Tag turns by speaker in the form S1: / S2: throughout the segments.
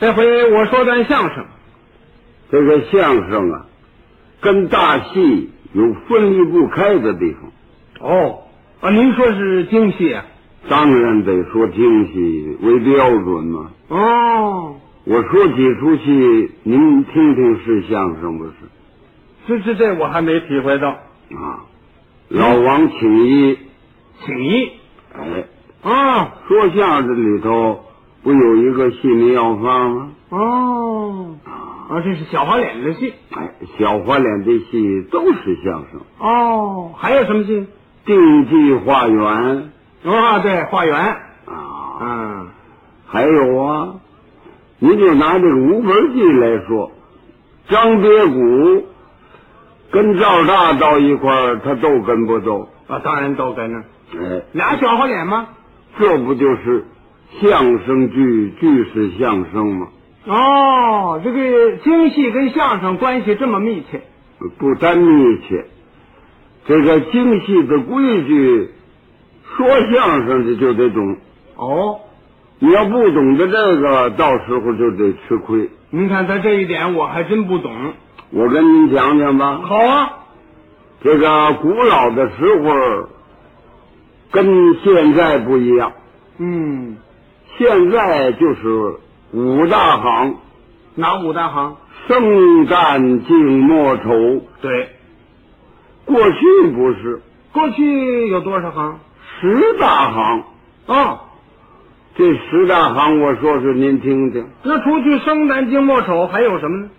S1: 这回我说段相声，
S2: 这个相声啊，跟大戏有分离不开的地方。
S1: 哦，啊，您说是京戏啊？
S2: 当然得说京戏为标准嘛。
S1: 哦，
S2: 我说几出戏，您听听是相声不是？
S1: 这这这我还没体会到，
S2: 啊，老王请医，
S1: 请医
S2: 哎，
S1: 啊，
S2: 说相声里头不有一个戏迷药方吗？
S1: 哦，啊，这是小花脸的戏
S2: 哎，小花脸的戏都是相声，
S1: 哦，还有什么戏？
S2: 定计化缘
S1: 啊，对，化缘，
S2: 啊，
S1: 嗯，
S2: 还有啊，您就拿这个无门记来说，张别谷跟赵大到一块儿，他斗跟不斗？
S1: 啊，当然都跟呢，
S2: 哎，
S1: 俩小花脸吗？
S2: 这不就是相声剧，剧是相声吗？
S1: 哦，这个京戏跟相声关系这么密切，
S2: 不单密切，这个京戏的规矩，说相声的就得懂。
S1: 哦，
S2: 你要不懂得这个，到时候就得吃亏。
S1: 您看他这一点我还真不懂。
S2: 我跟您讲讲吧，
S1: 好啊，
S2: 这个古老的时候跟现在不一样，
S1: 嗯，
S2: 现在就是五大行：
S1: 哪五大行？
S2: 生、旦、净、末、丑。
S1: 对，
S2: 过去不是
S1: 过去有多少行？
S2: 十大行，
S1: 哦，
S2: 这十大行我说说您听听，
S1: 那除去生旦净末丑，还有什么呢？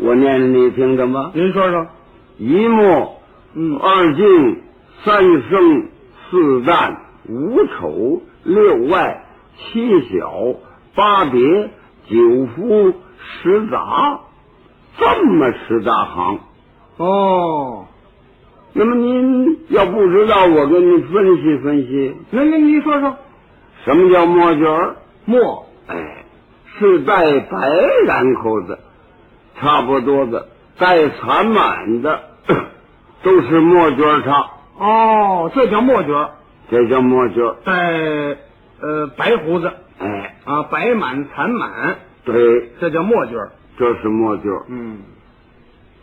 S2: 我念念你听听吧。
S1: 您说说。
S2: 一末。
S1: 嗯，
S2: 二进、三生、四旦、五丑、六外、七小、八别、九夫、十杂，这么十大行。
S1: 哦，
S2: 那么您要不知道，我给你分析分析，
S1: 那那您说说。
S2: 什么叫墨角儿？
S1: 末，
S2: 哎，是带白染口的，差不多的，带残满的， 都是墨角儿唱，
S1: 哦，这叫末角，
S2: 这叫墨角儿。
S1: 带呃白胡子
S2: 哎，
S1: 啊，白满残满，
S2: 对。
S1: 这叫末角。
S2: 这是墨角。
S1: 嗯，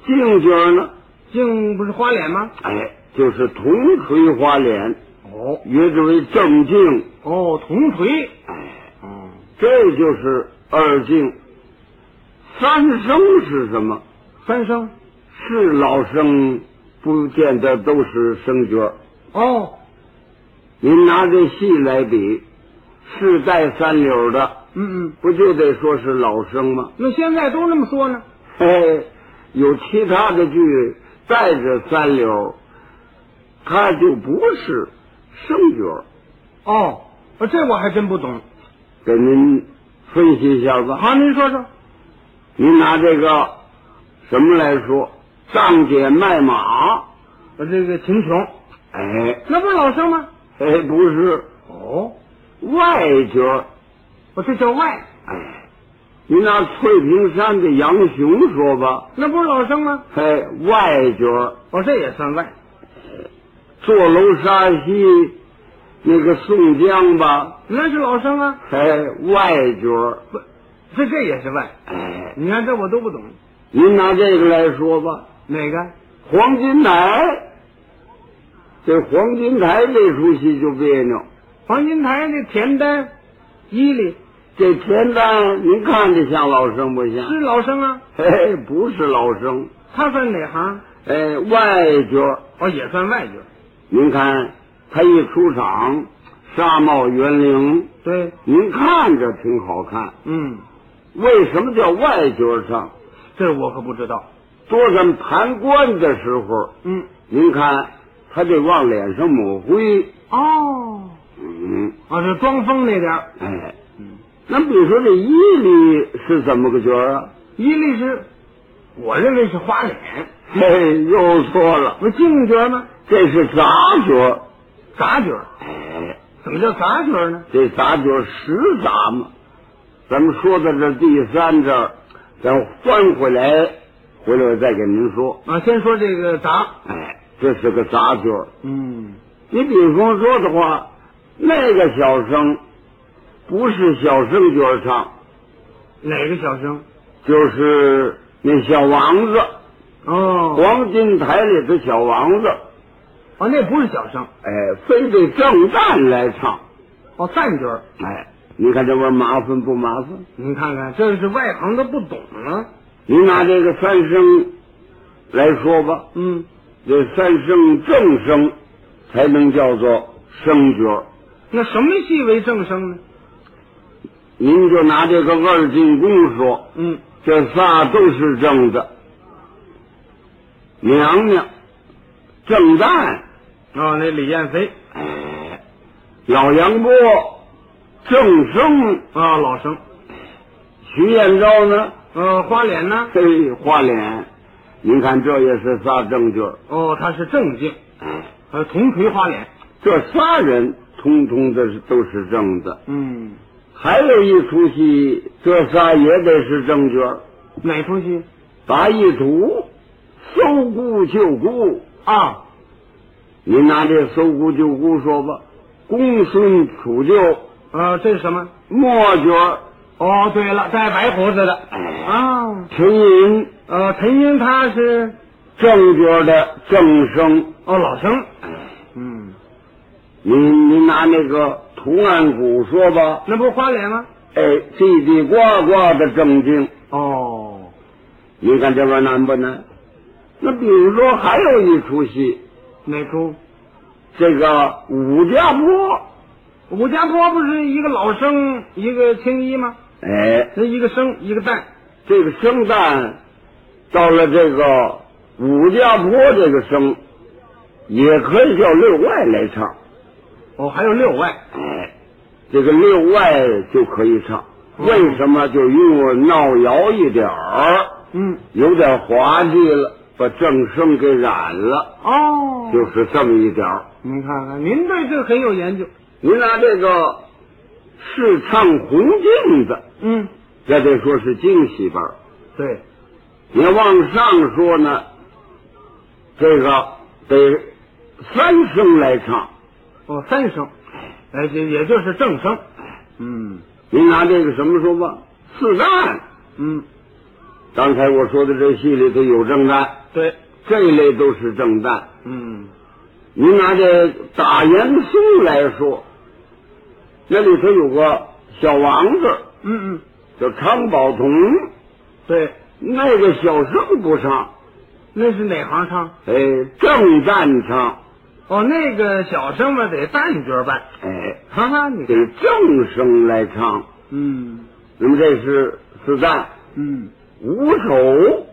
S2: 净角呢？
S1: 净不是花脸吗？
S2: 哎，就是铜锤花脸，
S1: 哦
S2: 约之为正净。
S1: 哦，铜锤。
S2: 哎，
S1: 嗯，
S2: 这就是二净。三生是什么？
S1: 三生。
S2: 是老生，不见得都是生角。
S1: 哦，
S2: 您拿这戏来比，是带三柳的，
S1: 嗯嗯，
S2: 不就得说是老生吗？
S1: 那现在都这么说呢？
S2: 嘿，有其他的剧带着三柳，他就不是生角。
S1: 哦，呃这我还真不懂。
S2: 给您分析一下吧。
S1: 好，您说啊说。
S2: 您拿这个什么来说？仗姐卖马？
S1: 我这个秦琼，
S2: 哎
S1: 那不是老生吗？
S2: 哎，不是
S1: 哦，
S2: 外角。
S1: 我这叫外，
S2: 哎，您拿翠屏山的杨雄说吧。
S1: 那不是老生吗？
S2: 哎，外角
S1: 我这也算外。
S2: 坐楼杀西那个宋江吧。
S1: 那是老生啊，
S2: 哎，外角。
S1: 不，这这也是外。
S2: 哎，
S1: 你看这我都不懂，
S2: 您拿这个来说吧。
S1: 哪个？
S2: 黄金台，这黄金台这出戏就别扭。
S1: 黄金台那田丹、伊犁
S2: 这田丹，您看着像老生不像？
S1: 是老生啊，
S2: 哎，不是老生，
S1: 他算哪行？
S2: 哎，外角。
S1: 哦，也算外角。
S2: 您看他一出场，纱帽圆领，
S1: 对，
S2: 您看着挺好看。
S1: 嗯，
S2: 为什么叫外角唱？
S1: 这我可不知道。
S2: 多咱盘官的时候，
S1: 嗯，
S2: 您看他得往脸上抹灰。
S1: 哦，
S2: 嗯，
S1: 啊，这装疯那点儿，
S2: 哎
S1: 嗯，
S2: 那比如说这伊犁是怎么个角啊？哎
S1: 伊犁是，我认为是花脸，
S2: 嘿，又错了，
S1: 不是净角吗？
S2: 这是杂角。
S1: 杂角儿，
S2: 哎，
S1: 怎么叫杂角儿呢？
S2: 这杂就是实杂嘛。咱们说到这第三这儿，咱翻回来，回来我再给您说。
S1: 啊，先说这个杂，
S2: 哎，这是个杂角。
S1: 嗯，
S2: 你比方说的话，那个小生不是小生角唱，
S1: 哪个小生？
S2: 就是那小王子，
S1: 哦，
S2: 黄金台里的小王子，
S1: 哦，那不是小生，
S2: 哎，非得正旦来唱，
S1: 哦，旦角儿。
S2: 哎，你看这玩意儿麻烦不麻烦？
S1: 您看看，这是外行的不懂啊。
S2: 你拿这个三声来说吧，
S1: 嗯，
S2: 这三声正声才能叫做声角儿。
S1: 那什么戏为正生呢？
S2: 您就拿这个二进宫说，
S1: 嗯，
S2: 这仨都是正的，娘娘、正旦、
S1: 哦，那李艳飞
S2: 哎，老杨波、郑生、
S1: 啊、老生，
S2: 徐彦昭呢？
S1: 呃，花脸呢？
S2: 嘿，花脸，您看这也是仨正角儿，
S1: 哦，他是正经，
S2: 哎，
S1: 呃，铜锤花脸。
S2: 这仨人通通的是都是正的。
S1: 嗯，
S2: 还有一出戏，这仨也得是正角儿，
S1: 哪出戏
S2: 打一赌，搜姑救姑。
S1: 啊？
S2: 您拿这搜姑救姑说吧，公孙楚舅
S1: 呃，这是什么？
S2: 末角儿，
S1: 哦，对了，戴白胡子的
S2: 哎
S1: 啊。
S2: 陈寅
S1: 呃，陈英他是
S2: 正角儿的正生。
S1: 哦老生。嗯，
S2: 您您拿那个图案鼓说吧，
S1: 那不是花脸吗？
S2: 哎，地地呱呱的正经，
S1: 哦，
S2: 你看这玩意儿难不难？那比如说还有一出戏，
S1: 哪出？
S2: 这个武家坡，
S1: 武家坡不是一个老生，一个青衣吗？
S2: 哎，
S1: 那一个生，一个旦。
S2: 这个生旦到了这个武家坡这个生，也可以叫六外来唱，
S1: 哦，还有六外。
S2: 哎，这个六外就可以唱，
S1: 嗯
S2: 为什么就因为闹摇一点儿？
S1: 嗯，
S2: 有点滑稽了，把正声给染了，
S1: 哦，
S2: 就是这么一点儿。
S1: 您看看，您对这个很有研究。
S2: 您拿这个是唱红镜子，
S1: 嗯，
S2: 这得说是京戏班儿
S1: 对，
S2: 你要往上说呢，这个得三声来唱。
S1: 哦，三声，哎，也也就是正声。嗯
S2: 您拿这个什么说吧，四旦。
S1: 嗯，
S2: 刚才我说的这戏里头有正旦，
S1: 对，
S2: 这一类都是正旦。
S1: 嗯，
S2: 您拿这打严嵩来说，那里头有个小王子，
S1: 嗯嗯，
S2: 叫常宝同，
S1: 对，
S2: 那个小生不唱，
S1: 那是哪行唱？
S2: 哎，正旦唱，
S1: 哦，那个小生嘛，得旦角办。
S2: 哎，
S1: 哈哈，你
S2: 得正声来唱。
S1: 嗯
S2: 那么这是四旦，
S1: 嗯，
S2: 五丑，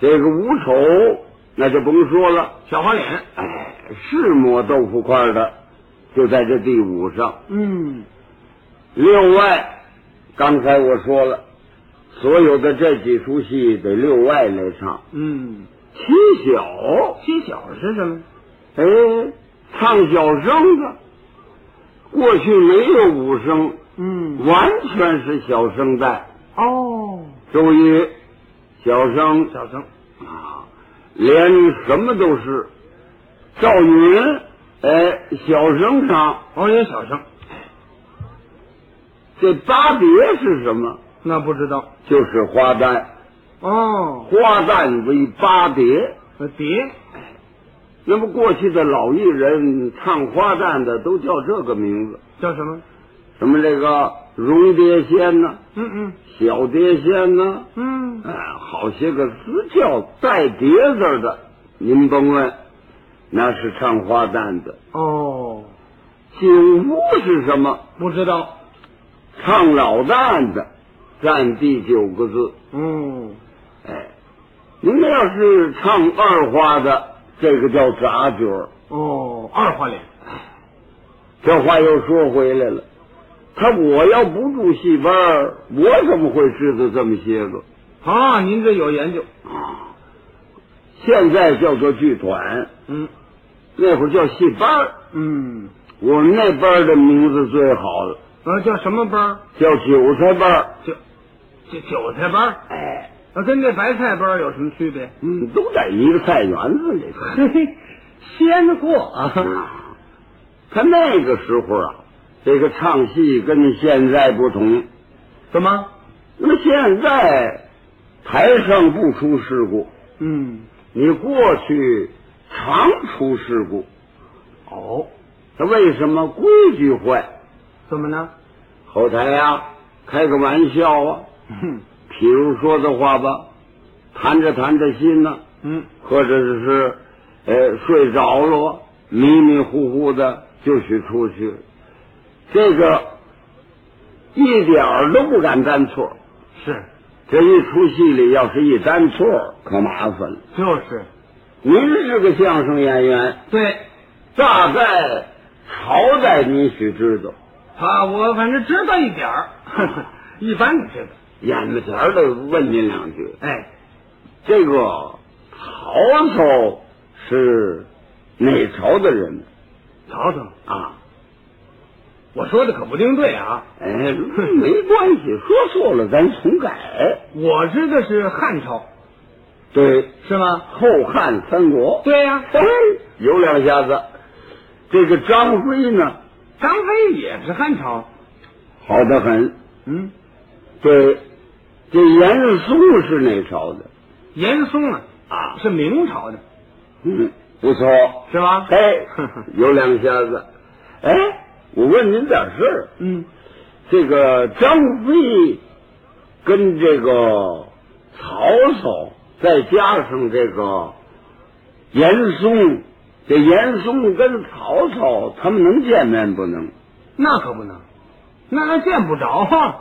S2: 这个五丑那就甭说了，
S1: 小花脸。
S2: 哎，是抹豆腐块的，就在这第五上。
S1: 嗯，
S2: 六外，刚才我说了，所有的这几出戏得六外来唱。
S1: 嗯，
S2: 七小，
S1: 七小是什么？
S2: 哎，唱小生的，过去没有武生，
S1: 嗯，
S2: 完全是小生带。
S1: 哦，
S2: 注意，小生
S1: 小生。
S2: 啊，连什么都是。赵云，哎，小生唱。
S1: 哦，有小生，
S2: 这八别是什么？
S1: 那不知道。
S2: 就是花旦，
S1: 哦，
S2: 花旦为八别。
S1: 呃蝶。
S2: 那么过去的老艺人唱花旦的都叫这个名字，
S1: 叫什么？
S2: 什么这个荣蝶仙呐、
S1: 嗯嗯
S2: 小蝶仙呐、
S1: 嗯
S2: 哎，好些个词叫带叠字儿的，您甭问，那是唱花旦的。
S1: 哦，
S2: 景夫是什么？
S1: 不知道。
S2: 唱老旦的，占第九个字。
S1: 嗯，
S2: 哎，您这要是唱二花的，这个叫杂角儿。
S1: 哦，二花脸。
S2: 这话又说回来了，他我要不住戏班儿，我怎么会知道这么些个？啊
S1: 啊，您这有研究。
S2: 现在叫做剧团，
S1: 嗯
S2: 那会儿叫戏班儿。
S1: 嗯，
S2: 我们那班儿的名字最好了，
S1: 呃，叫什么班儿？
S2: 叫韭菜班儿。
S1: 韭韭韭菜班儿，
S2: 哎，
S1: 呃，跟这白菜班儿有什么区别？
S2: 嗯，都在一个菜园子里头。
S1: 嘿嘿，鲜货啊！
S2: 啊 他那个时候啊，这个唱戏跟现在不同，
S1: 怎么？
S2: 那么现在台上不出事故，
S1: 嗯，
S2: 你过去常出事故，
S1: 哦，
S2: 他为什么规矩坏？
S1: 怎么呢？
S2: 后台呀、开个玩笑啊，
S1: 哼，
S2: 比如说的话吧，谈着谈着心呢、
S1: 嗯，
S2: 或者是呃睡着了，迷迷糊糊的就去出去，这个一点儿都不敢担错。
S1: 是，
S2: 这一出戏里要是一担错，可麻烦了。
S1: 就是，
S2: 您是个相声演员，
S1: 对，
S2: 大概朝代你许知道，
S1: 啊，我反正知道一点儿，一般不知道。
S2: 眼巴前儿的问您两句，
S1: 哎，
S2: 这个曹操是哪朝的人
S1: 曹操，
S2: 啊？
S1: 我说的可不定对啊，
S2: 哎，没关系，说错了咱重改。
S1: 我知道是汉朝，
S2: 对，
S1: 是吗？
S2: 后汉三国。
S1: 对呀、
S2: 嘿，有两下子。这个张飞呢，
S1: 张飞也是汉朝。
S2: 好得很。
S1: 嗯，
S2: 对，这严嵩是哪朝的？
S1: 严嵩啊，
S2: 啊
S1: 是明朝的，
S2: 嗯，不 错。
S1: 是吗？
S2: 嘿，有两下子。哎，我问您点事儿。
S1: 嗯，
S2: 这个张飞跟这个曹操，再加上这个严嵩，这严嵩跟曹操他们能见面不能？
S1: 那可不能，那见不着啊，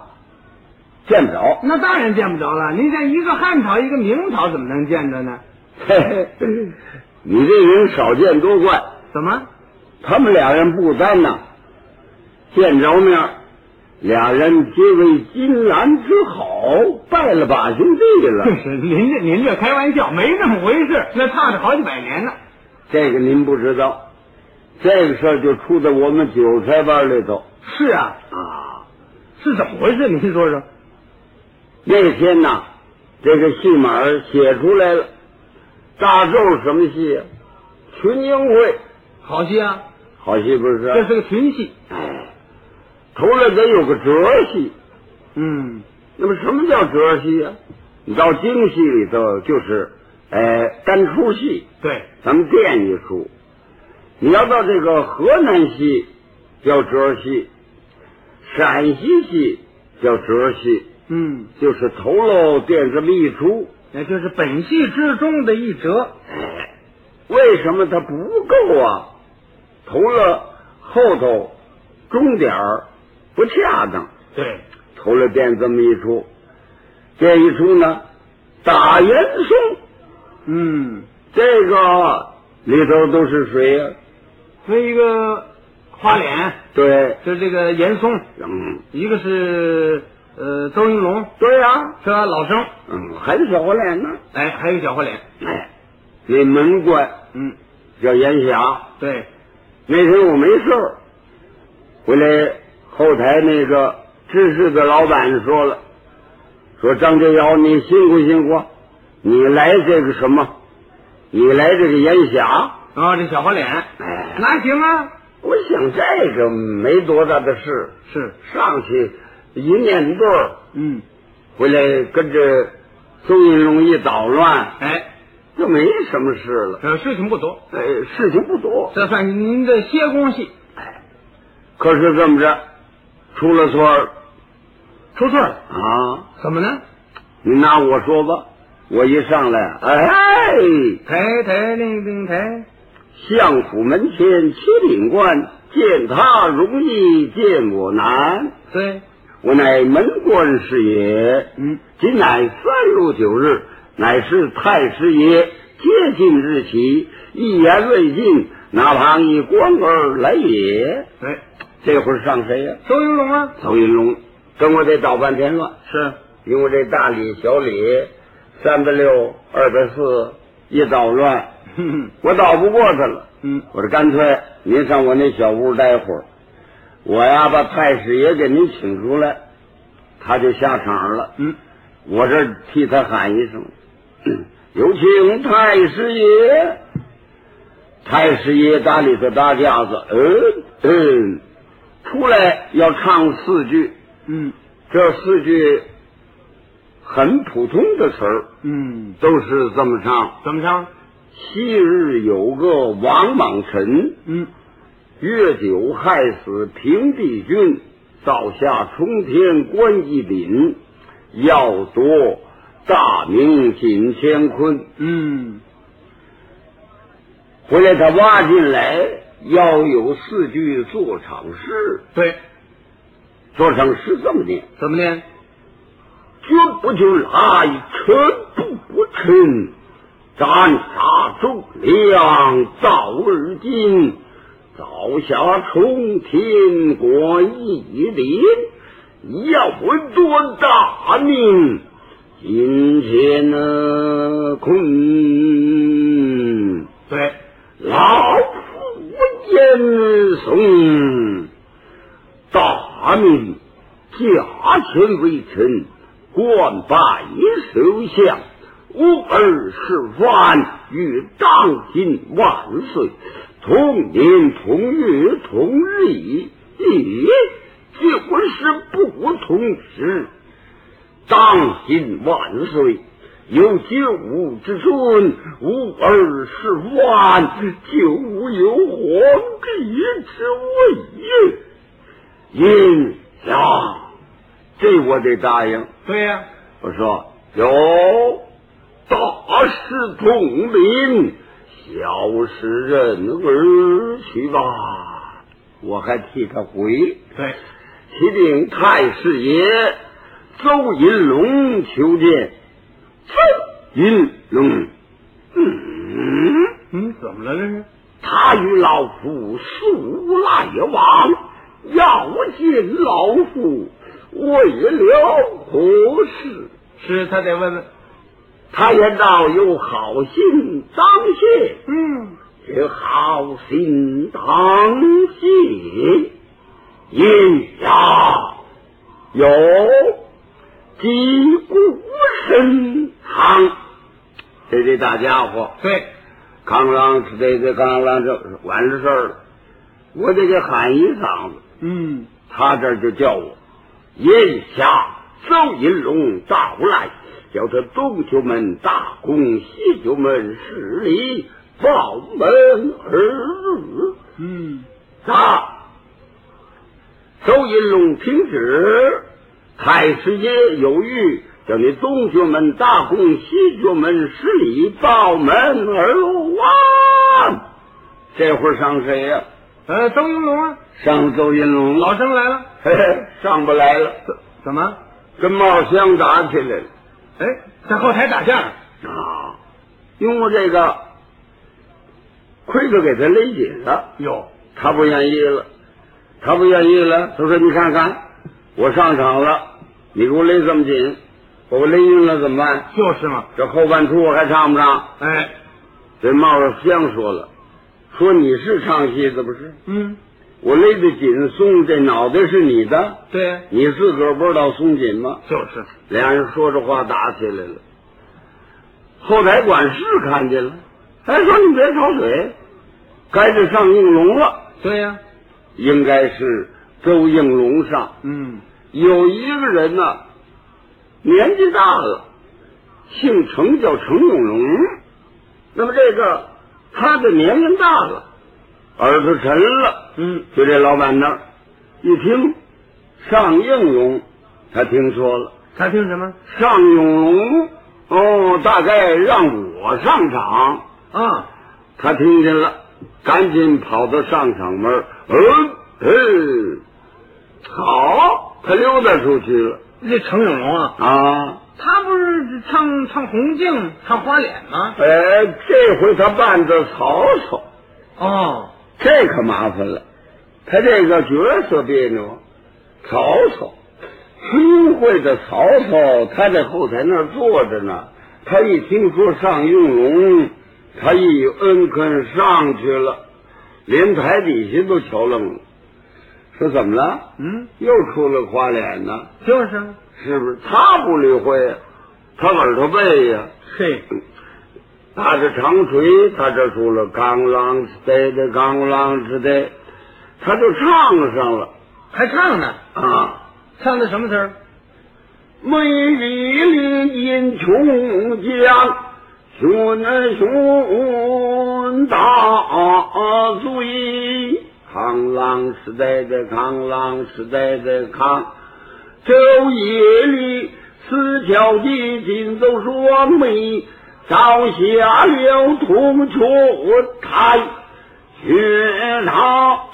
S2: 见不 着。
S1: 那当然见不着了。您这一个汉朝，一个明朝，怎么能见着呢？
S2: 嘿嘿，你这人少见多怪，
S1: 怎么？
S2: 他们俩人不单呐，见着面儿，俩人结为金兰之好，拜了把兄弟了。
S1: 您这您这开玩笑，没那么回事，那差着好几百年呢。
S2: 这个您不知道，这个事儿就出在我们韭菜班里头
S1: 是啊，
S2: 啊。
S1: 是怎么回事？您说说。
S2: 那天呐，这个戏码儿写出来了，大咒什么戏啊？群英会，
S1: 好戏啊，
S2: 好戏不
S1: 这
S2: 是？
S1: 是个群戏。
S2: 哎，除了得有个折戏，
S1: 嗯，
S2: 那么什么叫折戏啊？你到京戏里头就是，呃，单出戏，
S1: 对，
S2: 咱们店一出，你要到这个河南戏叫折戏，陕西戏叫折戏，
S1: 嗯，
S2: 就是头喽店这么一出。
S1: 也就是本戏之中的一折。
S2: 哎为什么它不够啊？头了后头终点儿不恰当，
S1: 对，
S2: 头了店这么一出，这一出呢，打严嵩
S1: 嗯，
S2: 这个里头都是谁呀、
S1: 所以一个花脸，
S2: 对，
S1: 就是这个严嵩，
S2: 嗯，
S1: 一个是呃周云龙，
S2: 对啊呀、
S1: 是吧？老生，
S2: 嗯，还是小花脸呢。
S1: 哎，还有一个小花脸。
S2: 哎，那门官
S1: 嗯，
S2: 叫严霞。
S1: 对，
S2: 那天我没事儿，回来后台那个知识的老板说了，说张家尧你辛苦辛苦，你来这个什么，你来这个严霞。
S1: 啊、这小花脸，
S2: 哎，
S1: 那行啊，
S2: 我想这个没多大的事，
S1: 是，
S2: 上去一念对儿，
S1: 嗯，
S2: 回来跟着周云龙一捣乱，
S1: 哎，
S2: 就没什么事了。
S1: 呃，事情不多，
S2: 哎，事情不多。
S1: 这算是您的歇工戏，
S2: 可是这么着，出了错儿
S1: 出错了，
S2: 啊！
S1: 怎么呢？
S2: 你拿我说吧，我一上来，哎，
S1: 抬抬令令抬，
S2: 相府门前七品官，见他容易见我难，
S1: 对，
S2: 我乃门官是也。
S1: 嗯，
S2: 今乃三入九日，乃是太师爷接近日期，一言未尽，哪怕一官儿来也。
S1: 对，
S2: 这会儿上谁呀、
S1: 周云龙啊，
S2: 曹云龙跟我得捣半天乱。
S1: 是，
S2: 因为这大李小李三百六二百四一捣乱，
S1: 哼哼
S2: 我捣不过他了。
S1: 嗯，
S2: 我说干脆您上我那小屋待会儿，我呀把太师爷给您请出来，他就下场了。
S1: 嗯，
S2: 我这替他喊一声， 有请太师爷。太师爷搭里头搭架子，嗯嗯，出来要唱四句。
S1: 嗯，
S2: 这四句很普通的词儿，
S1: 嗯，
S2: 都是这么唱。
S1: 怎么唱？
S2: 昔日有个王莽臣，
S1: 嗯，
S2: 越久害死平帝君，造下冲天关一凛，要夺大明锦乾坤。
S1: 嗯，
S2: 回来他挖进来，要有四句做场诗，
S1: 对，
S2: 做场诗这么念：
S1: 怎么念？
S2: 君不君来，臣不不臣，斩杀忠良到而今，早下冲天国一林，要闻多大名，今天呢空。
S1: 对，
S2: 老夫严嵩，大明驾权为臣，官拜首相，吾儿是万与当今万岁，同年同月同日矣。咦，就是不同时。当今万岁，有九五之尊，吾儿是万，九五有皇帝之位也。因呀，这我得答应。
S1: 对呀、
S2: 我说有大事统领，小事任尔去吧。我还替他回。
S1: 对，
S2: 启禀太师爷，邹银龙求见。邹银龙，嗯，
S1: 嗯，怎么了这是？
S2: 他与老夫素来往，要见老夫，为了何事？
S1: 是他得问问。
S2: 他也道有好心当谢，
S1: 嗯，
S2: 有好心当谢。因呀，有击鼓声堂，这这大家伙，
S1: 对，
S2: 扛啷这这扛啷这完了事儿了，我得给喊一嗓子，
S1: 嗯，
S2: 他这儿就叫我，眼下邹银龙到来，叫他东九门大功，西九门十里抱门而入。
S1: 嗯，
S2: 啊！周银龙听旨，太师爷有谕，叫你东学门大功，西学门十里，抱门而望。这会儿上谁呀、
S1: 呃，周云龙啊，
S2: 上周银龙
S1: 老郑来了，
S2: 嘿嘿，上不来了，
S1: 怎怎么？
S2: 跟帽相打起来了
S1: 哎，在后台打架。
S2: 啊！因为这个亏子给他勒紧了。
S1: 有，
S2: 他不愿意了，他不愿意了。他说：“你看看，我上场了，你给我勒这么紧，我勒晕了怎么办？
S1: 就是嘛。
S2: 这后半出我还唱不唱
S1: 哎，？”
S2: 这帽儿香说了：“说你是唱戏的不是？
S1: 嗯，
S2: 我勒得紧松，这脑袋是你的，
S1: 对呀、
S2: 你自个儿不知道松紧吗
S1: 就是。？”
S2: 俩人说着话打起来了。后台管事看见了，哎，说你别吵嘴，该是上应龙了。
S1: 对呀、
S2: 应该是周应龙上。
S1: 嗯，
S2: 有一个人呢、年纪大了，姓程，叫程永龙。那么这个他的年龄大了，耳朵沉了，
S1: 嗯，
S2: 就这老板那儿一听上应龙，他听说了
S1: 他听什么？
S2: 上应龙哦，大概让我上场。
S1: 啊，
S2: 他听见了，赶紧跑到上场门儿，嗯嗯，好，他溜达出去了
S1: 这程永龙啊，
S2: 啊！
S1: 他不是唱唱红镜、唱花脸吗？
S2: 哎，这回他扮的曹操，
S1: 哦，
S2: 这可麻烦了，他这个角色别扭，曹操，军会的曹操，他在后台那儿坐着呢。他一听说上应龙，他一恩肯上去了，连台底下都瞧愣了，说怎么了？
S1: 嗯，
S2: 又出了花脸呢？
S1: 就是啊。
S2: 是不是？他不理会啊，他耳朵背呀、
S1: 嘿，
S2: 他这长锤，他这出了钢啷哧的的钢啷哧的，他就唱上了
S1: 还唱呢，
S2: 啊！
S1: 唱的什么词儿？
S2: 美丽的英雄将，雄雄大醉。扛浪时代的扛浪时代的扛，昼夜里四条街尽都说媒，照下了铜雀台，学好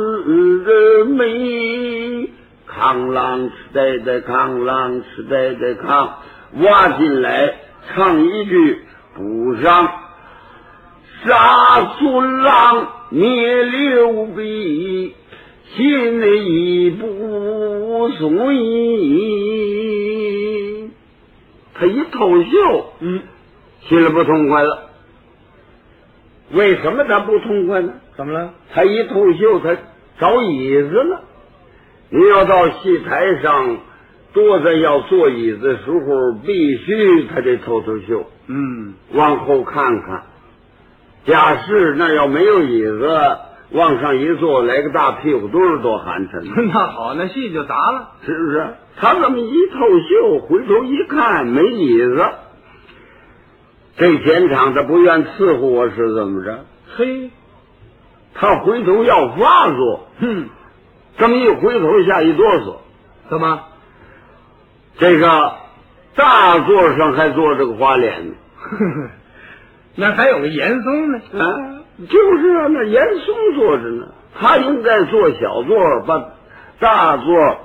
S2: 人美。扛浪时代的扛浪时代的扛，挖进来唱一句补上，杀孙郎灭刘备，心里不遂。他一透袖，
S1: 嗯，
S2: 心里不痛快了。为什么他不痛快呢？
S1: 怎么了？
S2: 他一透袖，他找椅子了。你要到戏台上，桌子要坐椅子的时候，必须他得透透袖，
S1: 嗯，
S2: 往后看看。假是那要没有椅子，往上一坐，来个大屁股墩儿多寒碜呢，
S1: 那好，那戏就砸了。
S2: 是不是？他这么一透袖，回头一看没椅子，这前场他不愿伺候我是怎么着？
S1: 嘿，
S2: 他回头要发作，
S1: 哼，
S2: 这么一回头吓一哆嗦。
S1: 怎么？
S2: 这个大座上还坐着个花脸呢，
S1: 那还有个严嵩呢？
S2: 啊，就是啊，那严嵩坐着呢，他应该坐小座，把大座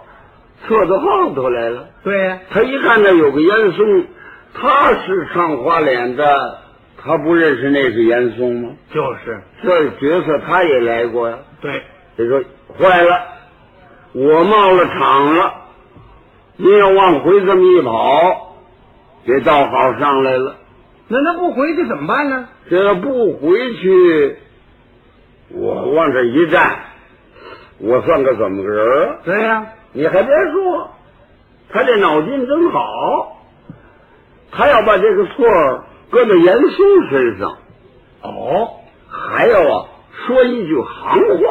S2: 撤到后头来了。
S1: 对呀、
S2: 他一看那有个严嵩，他是唱花脸的，他不认识那是严嵩吗？
S1: 就是
S2: 这角色他也来过呀、
S1: 对，
S2: 他说坏了，我冒了场了，你要往回这么一跑，这道好上来了。
S1: 那他不回去怎么办呢？
S2: 这不回去，我往这一站，我算个怎么个人儿？
S1: 对呀、
S2: 你还别说，他这脑筋真好，他要把这个错儿搁到严嵩身上，
S1: 哦，
S2: 还要啊说一句行话，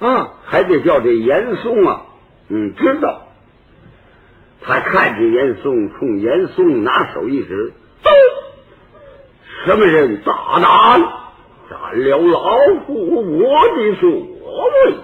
S1: 嗯，
S2: 还得叫这严嵩啊，嗯，知道。他看见严嵩，冲严嵩拿手一指，走，什么人大胆，斩了老虎，我的所为。